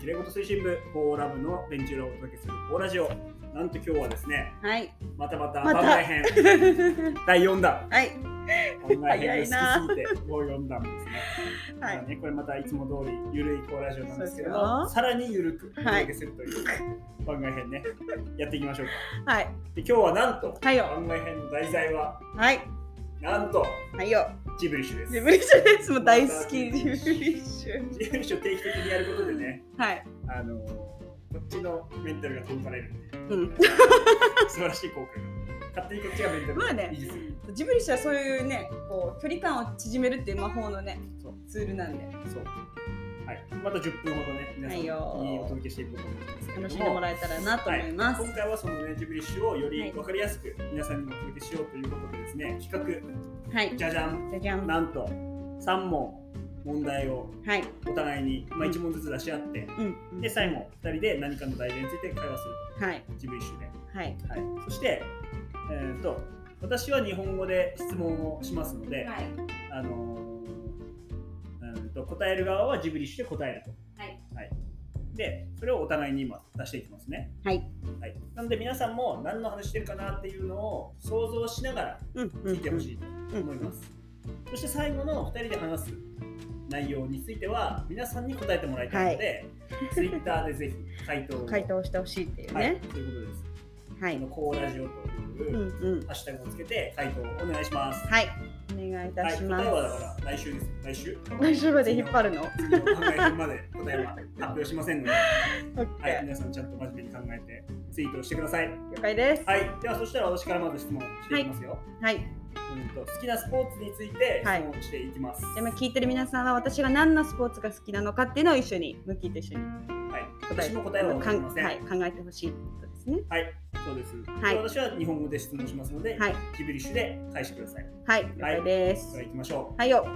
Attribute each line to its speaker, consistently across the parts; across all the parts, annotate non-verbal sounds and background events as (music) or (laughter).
Speaker 1: きれいごと推進部フォーラムのベンチュラをお届けするフォーラジオなんと今日はですね
Speaker 2: (laughs) はい。
Speaker 1: またまた
Speaker 2: ま
Speaker 1: 番
Speaker 2: た
Speaker 1: 外編第4弾
Speaker 2: はい。
Speaker 1: 番外
Speaker 2: (laughs) 早
Speaker 1: 編
Speaker 2: い
Speaker 1: が
Speaker 2: な
Speaker 1: 好きすぎてもう4弾ですね,、
Speaker 2: は
Speaker 1: まあ
Speaker 2: い。
Speaker 1: ねこれまたいつも通りゆるいフォーラジオなんですけど
Speaker 2: そうですよ
Speaker 1: さらにゆるくお
Speaker 2: は
Speaker 1: 届
Speaker 2: い
Speaker 1: けするという番外編ね、やっていきましょうか
Speaker 2: はい。
Speaker 1: で今日はなんと
Speaker 2: はいよ。
Speaker 1: 番外編の題材は
Speaker 2: はい。
Speaker 1: なんと
Speaker 2: はいよ。
Speaker 1: ジブリッシュです
Speaker 2: ジブリッシュです。もう大好きジブリッシュ。
Speaker 1: ジブリッシュを定期的にやることでね
Speaker 2: はい。
Speaker 1: あのーこっちのメンタルが飛ばされるんで
Speaker 2: うん。
Speaker 1: 素晴らしい効果が勝手にこっちがメンタル
Speaker 2: まあ
Speaker 1: が
Speaker 2: ね
Speaker 1: 維持する、
Speaker 2: ジブリッシュはそういうね、こう距離感を縮めるっていう魔法のね
Speaker 1: そう、
Speaker 2: ツールなんで、
Speaker 1: そうはいまた10分ほどね皆さん
Speaker 2: はい
Speaker 1: に
Speaker 2: よ
Speaker 1: お届けしていこうと思うんですけれども
Speaker 2: 楽しんでもらえたらなと思います。
Speaker 1: 今回はそのねジブリッシュをよ
Speaker 2: は
Speaker 1: り
Speaker 2: い
Speaker 1: 分かりやすく皆さんにもお届けしようということでですね企
Speaker 2: はい
Speaker 1: 画。じゃじゃん
Speaker 2: じゃじゃん。
Speaker 1: なんと3問問題を
Speaker 2: はい。
Speaker 1: お互いに、まあ、
Speaker 2: うん
Speaker 1: 1問ずつ出し合って、
Speaker 2: うん。
Speaker 1: で最後2人で何かの題材について会話す
Speaker 2: はい。
Speaker 1: るジブリッシュで
Speaker 2: はい。
Speaker 1: はい、そして、えー、と私は日本語で質問をしますので、
Speaker 2: はい。
Speaker 1: あのーうんと答える側はジブリッシュで答えると。
Speaker 2: はい
Speaker 1: でそれをお互いに今出していきますね。
Speaker 2: はい。
Speaker 1: はい、なので皆さんも何の話してるかなっていうのを想像しながら
Speaker 2: うん。う
Speaker 1: 聞いてほ
Speaker 2: ん。
Speaker 1: しいと思います。そして最後の2人で話す内容については皆さんに答えてもらいたいので、ツイッターでぜひ回答を
Speaker 2: (laughs) 回答してほしいっていう
Speaker 1: はい、
Speaker 2: ね。
Speaker 1: ということです。
Speaker 2: は
Speaker 1: あ
Speaker 2: い。
Speaker 1: の。コーラジオといううん
Speaker 2: うん。
Speaker 1: ハッシュタグをつけて回答をお願いします。
Speaker 2: はい。お願いいたしま
Speaker 1: はい、答えはだ
Speaker 2: す。
Speaker 1: から来週です。来週。
Speaker 2: (laughs) 大丈夫で引っ張るの。オ
Speaker 1: 次の考えまで答えは発表しませんの
Speaker 2: (laughs)
Speaker 1: で、は
Speaker 2: ッ
Speaker 1: い、
Speaker 2: ケ
Speaker 1: 皆さんちゃんと真面目に考えてツイートしてください。
Speaker 2: ー。了解です。
Speaker 1: はい、ではそしたら私からまず質問していきますよ。
Speaker 2: はい。
Speaker 1: うんと好きなスポーツについて
Speaker 2: はい
Speaker 1: 質問していきます。
Speaker 2: でも聞いてる皆さんは私が何のスポーツが好きなのかっていうのを一緒に向きと一緒に
Speaker 1: はい、
Speaker 2: 答え
Speaker 1: 私も答えはわかりません。
Speaker 2: は
Speaker 1: はいい、
Speaker 2: 考えてほしいってことですね。
Speaker 1: そうです。
Speaker 2: はい
Speaker 1: で私は日本語で質問しますので、
Speaker 2: はい
Speaker 1: ジブリッシュで返してください。
Speaker 2: はい了解で
Speaker 1: では
Speaker 2: す。
Speaker 1: 行きましょ
Speaker 2: はいよ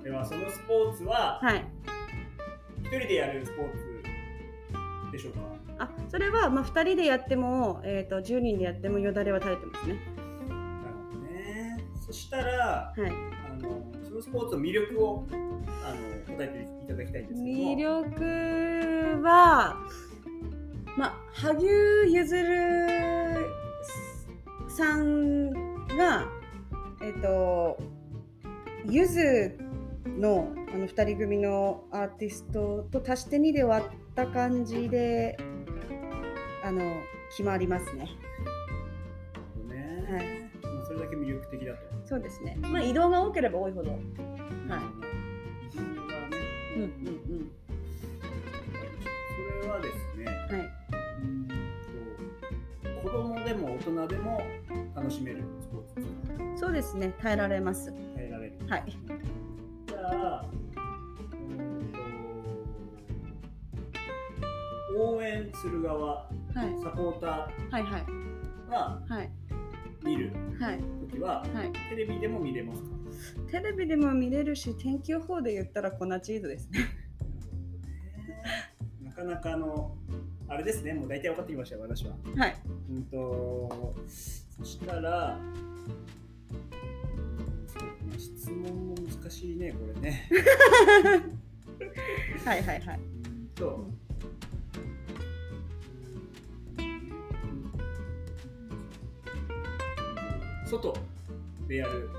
Speaker 1: う。ではそのスポーツは
Speaker 2: はい。
Speaker 1: 一人でやるスポーツでしょうか。
Speaker 2: あそれはまあ二人でやってもえっ、と十人でやってもよだれは垂れてますね。
Speaker 1: なるほどね。そしたら。
Speaker 2: はい。
Speaker 1: あのそのスポーツの魅力をあの答えていただきたいんですけども
Speaker 2: 魅力はまあ羽生結弦さんがえっ、とゆずのあの2人組のアーティストと足して2で割った感じであの決まりますね。
Speaker 1: ね、
Speaker 2: はい
Speaker 1: まあそれだけ魅力的だと。。
Speaker 2: そうですね。まあ移動が多ければ多いほど。はい
Speaker 1: 移住がね。
Speaker 2: うんうん
Speaker 1: それはですね、
Speaker 2: うん。はい。
Speaker 1: うーんと子供でも大人でも楽しめるスポーツが
Speaker 2: そうですね。耐えられます。
Speaker 1: 変えられる。
Speaker 2: はい。
Speaker 1: じゃあ、うーんと応援する側、
Speaker 2: はい
Speaker 1: サポータ
Speaker 2: はいはい
Speaker 1: ーが
Speaker 2: はい
Speaker 1: 見る
Speaker 2: はい
Speaker 1: ときは、
Speaker 2: はい。
Speaker 1: テレビでも見れますか
Speaker 2: テレビでも見れるし天気予報で言ったら粉チーズですね。
Speaker 1: なかなかあの、あれですね、もう大体分かってきましたよ、私は。
Speaker 2: (laughs) はい。
Speaker 1: うんと、そしたら、うんそうだな質問も難しいね、これね。 (laughs)
Speaker 2: はいはいはい。
Speaker 1: うんと、うん外でやる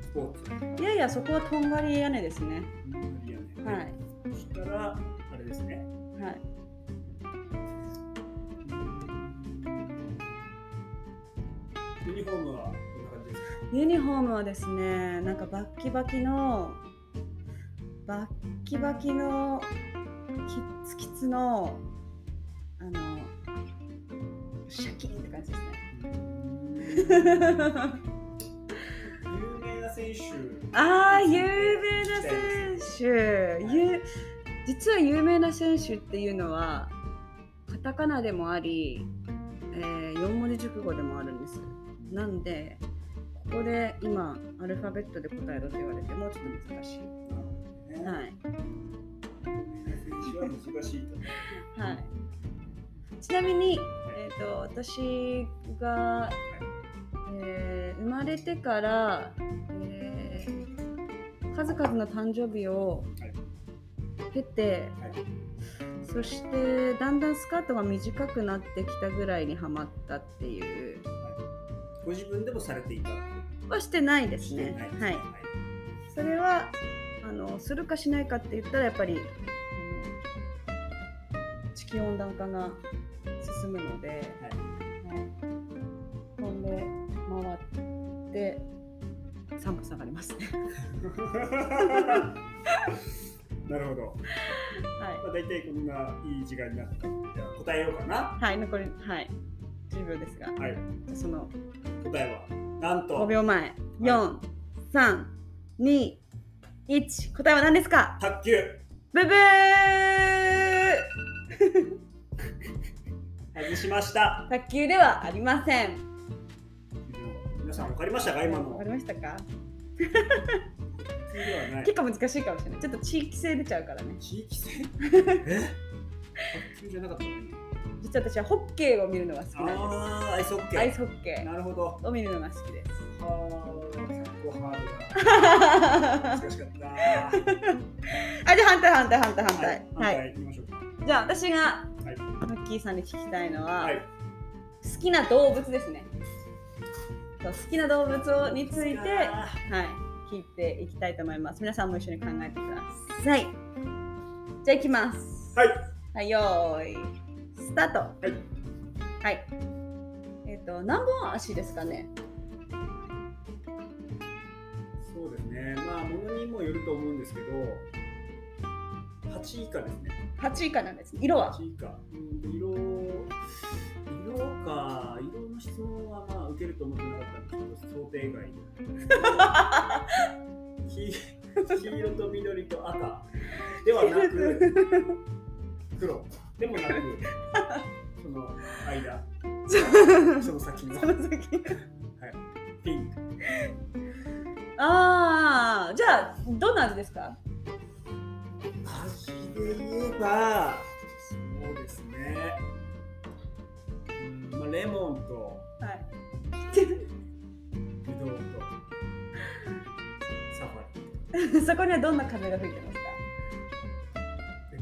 Speaker 1: スポーツ。
Speaker 2: いやいやそこはとんがり屋根ですね。
Speaker 1: うんいいよね
Speaker 2: はい
Speaker 1: そしたら、あれですね。
Speaker 2: はい。
Speaker 1: ユニフォームはこんな感じですか。
Speaker 2: ユニフォームはですねなんかバッキバキのバッキバキのキッツキツのあのシャキーンって感じですね。
Speaker 1: 有名な選手。
Speaker 2: ああ有名な選手、ゆ実は有名な選手っていうのはカタカナでもあり、えー、4文字熟語でもあるんですなんでここで今アルファベットで答えろと言われてもうちょっと難しい
Speaker 1: ね
Speaker 2: はい、
Speaker 1: 選手は難しいと。
Speaker 2: はい、ちなみに、えー、と私が、えー生まれてから、えー数々の誕生日を
Speaker 1: はい
Speaker 2: 経て、
Speaker 1: はい
Speaker 2: そしてだんだんスカートが短くなってきたぐらいにはまったっていう
Speaker 1: ご自分でもされていた
Speaker 2: はしてないです
Speaker 1: して
Speaker 2: ね
Speaker 1: ないですね
Speaker 2: はいそれはあのするかしないかって言ったらやっぱりあの地球温暖化が進むので、
Speaker 1: はい
Speaker 2: はい、飛んで回って寒く下がりますね。
Speaker 1: (laughs) なるほど。
Speaker 2: は
Speaker 1: まあ、大体こんないい時間になった。じゃあ答えようかな。
Speaker 2: い、はい、残りはい10秒ですが、じ
Speaker 1: はい。
Speaker 2: ゃあその
Speaker 1: 答えは、なんと、
Speaker 2: 5秒前、4、3、2、1答えは何ですか？
Speaker 1: 卓球。
Speaker 2: ブブー。
Speaker 1: 外しました。
Speaker 2: 卓球ではありません。
Speaker 1: 皆さん分かりましたか今
Speaker 2: わ
Speaker 1: の
Speaker 2: か。りましたか？
Speaker 1: 卓球ではない
Speaker 2: 結。構難しいかもしれない。ちょっと地域性出ちゃうからね。
Speaker 1: 地域 (laughs) 性え卓球じゃなかったの
Speaker 2: 実は私はホッケーを見るのが好きなんで
Speaker 1: ああ、アイスホッケ
Speaker 2: す。アイ
Speaker 1: ー。
Speaker 2: スホッケ
Speaker 1: なるほど。
Speaker 2: ーを見るのが好きです。
Speaker 1: はあ、結構ハードだ。
Speaker 2: あ
Speaker 1: 難しかった。
Speaker 2: じゃあ反対反対
Speaker 1: は
Speaker 2: 反対反対
Speaker 1: い。
Speaker 2: は
Speaker 1: 反
Speaker 2: い、
Speaker 1: 対いきましょうか。
Speaker 2: じゃあ私が
Speaker 1: はい
Speaker 2: マッキーさんに聞きたいのは、
Speaker 1: はい。
Speaker 2: 好きな動物ですねそう好きな動物をについては
Speaker 1: あ
Speaker 2: い聞いていきたいと思います皆さんも一緒に考えてくださいじゃあいきます
Speaker 1: ーはい。
Speaker 2: はいよーいスタートはいはいえっ、と何本足ですかね
Speaker 1: そうですね、まあ、ものにもよると思うんですけど、8以下ですね。
Speaker 2: 8以下なんですね色は (laughs)
Speaker 1: 8以下。うんと、色、色か、色の質問はまあ受けると思ってなかったんですけど、想定外。 (laughs) 黄黄色と緑と赤ではなく、黒でもなく、その (laughs) 間、その先の
Speaker 2: その先
Speaker 1: ピンク。
Speaker 2: ああじゃあどんな味ですか
Speaker 1: 味で言えばそうですねうん、まあ、レモンと
Speaker 2: はい
Speaker 1: ブドウとサファリ
Speaker 2: (laughs) そこにはどんな風が吹いてますか
Speaker 1: え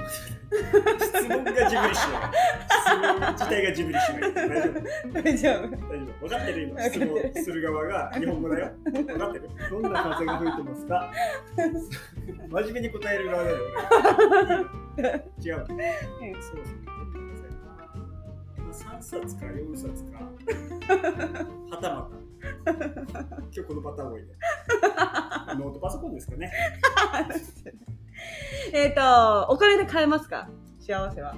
Speaker 1: 待って質問がジブリしない質問自体がジブリしない大丈夫
Speaker 2: (laughs) 大丈夫
Speaker 1: 大丈夫分かってる今
Speaker 2: 分かって
Speaker 1: 質
Speaker 2: る
Speaker 1: 問する側が日本語だよ分かってるどんな風が吹いてますか真面目に答える側だよ俺違うそうですね。まあ3冊か4冊か、はたまた。今日このパターン多いね。ノートパソコンですかね。
Speaker 2: えっとお金で買えますか幸せは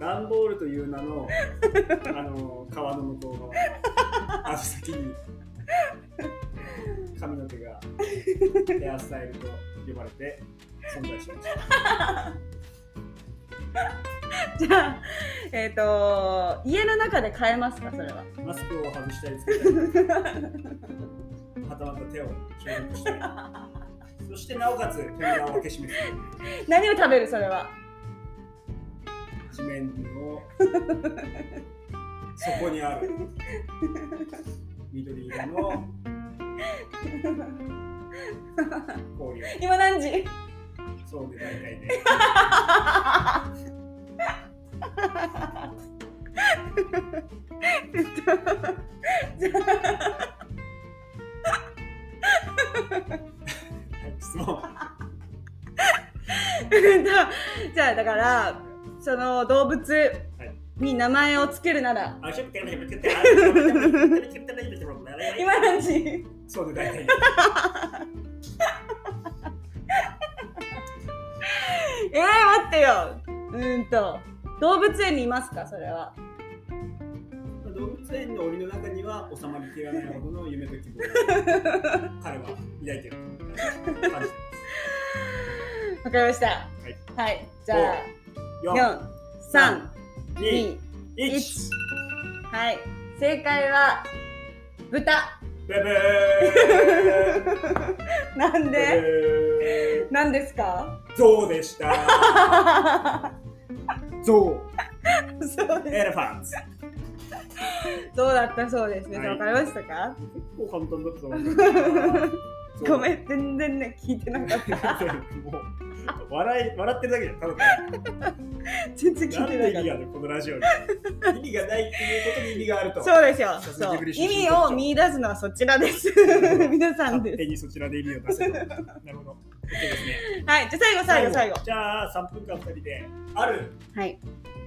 Speaker 1: 段ボールという名の、あの、川の向こう側の、あの先に、髪の毛がヘアスタイルと呼ばれて存在してました。
Speaker 2: じゃあえっ、と家の中で買えますかそれは
Speaker 1: マスクを外したりつけたり、はたまた手を消毒したり、そしてなおかつ扉を開け閉めする。
Speaker 2: 何を食べるそれは
Speaker 1: 地面のそこにある緑色の氷を
Speaker 2: 今何時 (laughs)
Speaker 1: そうで大体ねは
Speaker 2: えっとじゃ
Speaker 1: い質問
Speaker 2: あえっとじゃあだからその動物に名前をつけるなら
Speaker 1: あちょっと待って待って
Speaker 2: 今何時 (laughs)
Speaker 1: そうで大体ね
Speaker 2: えー、待ってようーんと動物園にいますかそれは
Speaker 1: 動物園の檻の中には収まりきらないほどの夢と希望を彼は抱いてると感じてます、
Speaker 2: わかりましたはいじゃあ
Speaker 1: 4
Speaker 2: 4 3
Speaker 1: 2
Speaker 2: 2
Speaker 1: 1
Speaker 2: はい正解は豚
Speaker 1: ブブー
Speaker 2: なんで
Speaker 1: で
Speaker 2: なんですか (laughs)
Speaker 1: ゾウでしたゾ
Speaker 2: そう
Speaker 1: ウ
Speaker 2: で
Speaker 1: エレファンツ
Speaker 2: すどうだったそうですね、
Speaker 1: はい
Speaker 2: わかりましたか
Speaker 1: 結構簡単だったな
Speaker 2: ごめ
Speaker 1: ん
Speaker 2: ん全然ね聞いてなかった
Speaker 1: もう笑い笑ってるだけじゃん、ただ単に。
Speaker 2: 全然
Speaker 1: な
Speaker 2: 聞
Speaker 1: いん
Speaker 2: てな
Speaker 1: で
Speaker 2: い
Speaker 1: 意味
Speaker 2: から
Speaker 1: がある、このラジオに。 (laughs) 意味がないっていうことに意味があると。
Speaker 2: そうですよ
Speaker 1: さす
Speaker 2: そ
Speaker 1: が
Speaker 2: う
Speaker 1: ジブリ出身
Speaker 2: 意味を見出すのはそちらです皆さん
Speaker 1: 勝
Speaker 2: で
Speaker 1: 手
Speaker 2: す
Speaker 1: にそちらで意味を出せる。なるほど。OK ですね。
Speaker 2: はいじゃあ最後最後最後
Speaker 1: じゃあ、3分間2人で、ある
Speaker 2: はい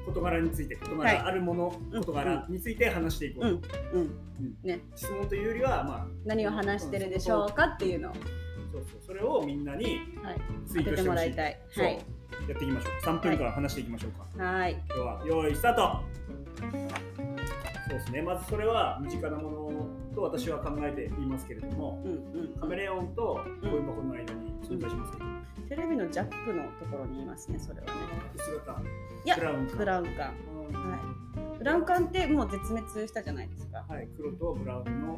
Speaker 1: 事柄について、事柄、
Speaker 2: はい
Speaker 1: あるもの、
Speaker 2: うん
Speaker 1: 事柄について話していこうと。
Speaker 2: うんうん
Speaker 1: 質問というよりは、まあ、
Speaker 2: 何を話してるでしょうかっていうのを
Speaker 1: そうそうそれをみんなに
Speaker 2: はい
Speaker 1: ツイ
Speaker 2: 当
Speaker 1: ートして
Speaker 2: て
Speaker 1: て
Speaker 2: も
Speaker 1: ほ
Speaker 2: ら
Speaker 1: し
Speaker 2: い
Speaker 1: い。
Speaker 2: たい
Speaker 1: そう
Speaker 2: はい
Speaker 1: やっていきましょう。3分間話していきましょうか。
Speaker 2: はい
Speaker 1: では、用意スタートそうですね、まずそれは身近なものと私は考えていますけれども、
Speaker 2: うん
Speaker 1: カ
Speaker 2: う
Speaker 1: メ
Speaker 2: ん
Speaker 1: レオンとゴミ箱の間に存在しますけど、
Speaker 2: テレビのジャックのところにいますねそれはね
Speaker 1: 姿、
Speaker 2: いや
Speaker 1: ブラウン
Speaker 2: ブ
Speaker 1: か。
Speaker 2: ラウン管ブラウン管ってもう絶滅したじゃないですか
Speaker 1: はい、黒とブラウンの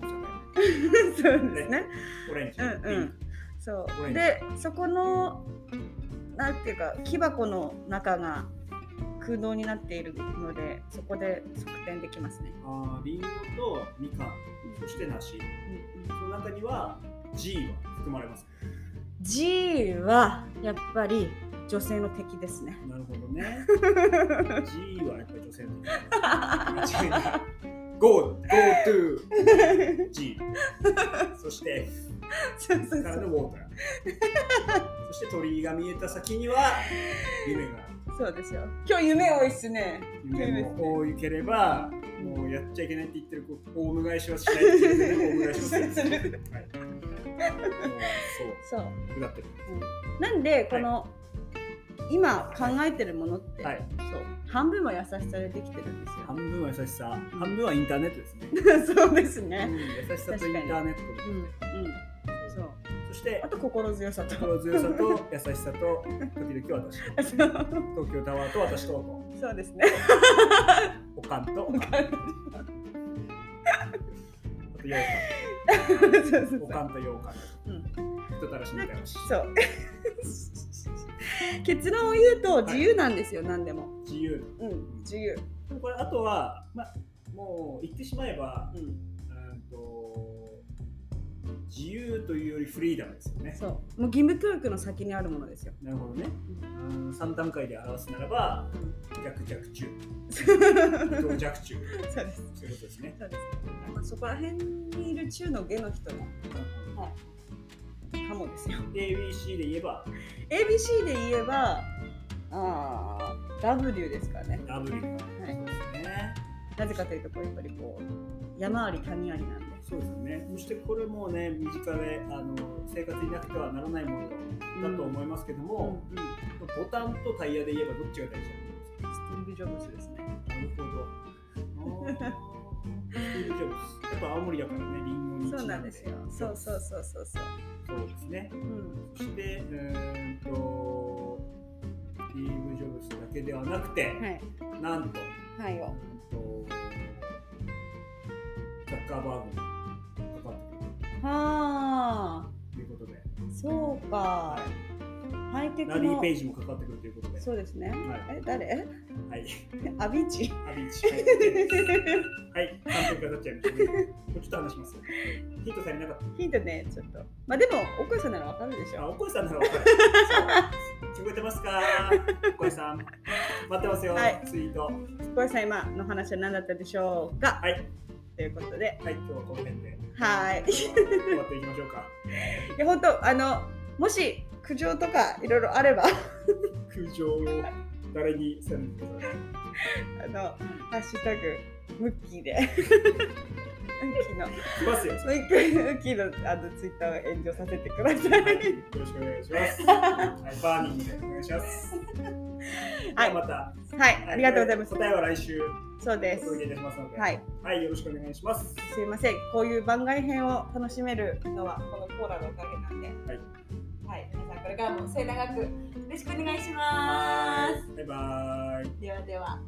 Speaker 1: 社会
Speaker 2: (laughs) そうですね
Speaker 1: オレンジ、
Speaker 2: うん
Speaker 1: ピ
Speaker 2: う
Speaker 1: ン
Speaker 2: んそ
Speaker 1: オレ
Speaker 2: う
Speaker 1: ンジ
Speaker 2: でそこのなんていうか木箱の中が空洞になっているのでそこで測定できますね、
Speaker 1: あーリンゴとみかん、そして梨。その中には G は含まれます。
Speaker 2: G はやっぱり女性の敵ですね
Speaker 1: なるほどね。G はやっぱり女性の間違いない Go, go to G そして
Speaker 2: (laughs) そうそう
Speaker 1: か
Speaker 2: そ
Speaker 1: らのウ
Speaker 2: う
Speaker 1: ォーターそして鳥居が見えた先には夢がある
Speaker 2: そうですよ今日夢多いっすね
Speaker 1: 夢も多ければもうやっちゃいけないって言ってる子オウム返しはしないっていう
Speaker 2: (laughs)
Speaker 1: ねオウム返しはする、はい、
Speaker 2: そう
Speaker 1: そう下ってる
Speaker 2: なんでこの、今考えてるものって、
Speaker 1: はい
Speaker 2: そう半分は優しさでできてるんで
Speaker 1: 半分は優しさ半分はインターネットですね、
Speaker 2: すよ (laughs) そうです
Speaker 1: う
Speaker 2: ね
Speaker 1: ん、優しさとインターネット
Speaker 2: うんうんそう
Speaker 1: そして
Speaker 2: あと心強さと
Speaker 1: 心強さと優しさと時々私
Speaker 2: そう
Speaker 1: 東京タワーと私と
Speaker 2: (laughs) そうですね。
Speaker 1: おかんとおかんあとよ
Speaker 2: そうそうそう
Speaker 1: うかんおかんとようかん
Speaker 2: うん
Speaker 1: 人たらしみたいなし
Speaker 2: そう (laughs) 結論を言うと自由なんですよ、何でも。
Speaker 1: 自由
Speaker 2: うん、自由。
Speaker 1: でもこれあとは、まあ、もう言ってしまえば
Speaker 2: うん、
Speaker 1: うんと自由というよりフリーダムですよね
Speaker 2: そう。もう義務教育の先にあるものですよ。
Speaker 1: なるほどねうん3段階で表すならば
Speaker 2: うん
Speaker 1: 弱弱中
Speaker 2: (laughs) そう
Speaker 1: 同弱中
Speaker 2: です。
Speaker 1: そういうことですね
Speaker 2: そうです。まあ、そこら辺にいる中の下の人も、かもですよ。
Speaker 1: ABC で言えば
Speaker 2: ABC で言えば、ああ、W ですかね。
Speaker 1: W
Speaker 2: はい。
Speaker 1: そうですね
Speaker 2: なぜかというと、こうやっぱりこう、山あり谷ありなんで。
Speaker 1: そうですね。そしてこれもね身近であの生活になくてはならないものだと思いますけど
Speaker 2: うんう
Speaker 1: も、
Speaker 2: ん、
Speaker 1: ボタンとタイヤで言えばどっちが大事
Speaker 2: スティーブ・ジョブズですね。
Speaker 1: だと思いますか。なるほど。あー大丈夫です。やっぱ青森だからね、リンゴに
Speaker 2: そうなんですよ。そうそうそうそうそう。
Speaker 1: そうですね
Speaker 2: う。ん。
Speaker 1: そして、うーんと、リンゴジョブスだけではなくて、
Speaker 2: はい。
Speaker 1: なんと、
Speaker 2: はいよ。
Speaker 1: うーんとザッカーバーグもかかってくる
Speaker 2: はあ。
Speaker 1: ということで、
Speaker 2: そうか。ハイテク
Speaker 1: ラリー・
Speaker 2: の
Speaker 1: ペ。イジもかかってくるということで、
Speaker 2: そうですね。
Speaker 1: は
Speaker 2: え、誰？ (laughs)
Speaker 1: い、はい、
Speaker 2: アビチ。 (laughs)
Speaker 1: アビーチ。はい、完璧が立っちゃいましたね。もうちょっと話します。ヒントされなかっ。
Speaker 2: ヒントね、ちょっと。まあでもお母さんならわかるでした
Speaker 1: あ、
Speaker 2: ょ。
Speaker 1: おこえさんならわかる。そう聞こえてますかおこえさん。待ってますよ、
Speaker 2: はい
Speaker 1: ツイート。は
Speaker 2: お母さん今の話は何だったでしょうか。
Speaker 1: はい。
Speaker 2: ということで、
Speaker 1: い、今日はこの辺で
Speaker 2: はい。い
Speaker 1: 終わっていきましょうか。
Speaker 2: や本当あのもし苦情とかいろいろあれば (laughs)
Speaker 1: 苦情を誰にされるんですか
Speaker 2: あのハッシュタグムッキーで。 (laughs) ムッキーの。
Speaker 1: 来ますよ。
Speaker 2: もう一回ウッキーのあのツイッターを炎上させてください。
Speaker 1: はい、よろしくお願いします。はい、バーニングでお願いします。
Speaker 2: はい
Speaker 1: ではまた。
Speaker 2: はい、ありがとうございます。
Speaker 1: 答えは来週
Speaker 2: そう
Speaker 1: お
Speaker 2: です。
Speaker 1: 届けいたしますので、
Speaker 2: はい、
Speaker 1: はい、よろしくお願いします。
Speaker 2: すいません。こういう番外編を楽しめるのはこのコーラのおかげなんで。
Speaker 1: い
Speaker 2: はい、皆さんこれからも末永くよろしくお願いします。
Speaker 1: バイバーイ。
Speaker 2: ではでは。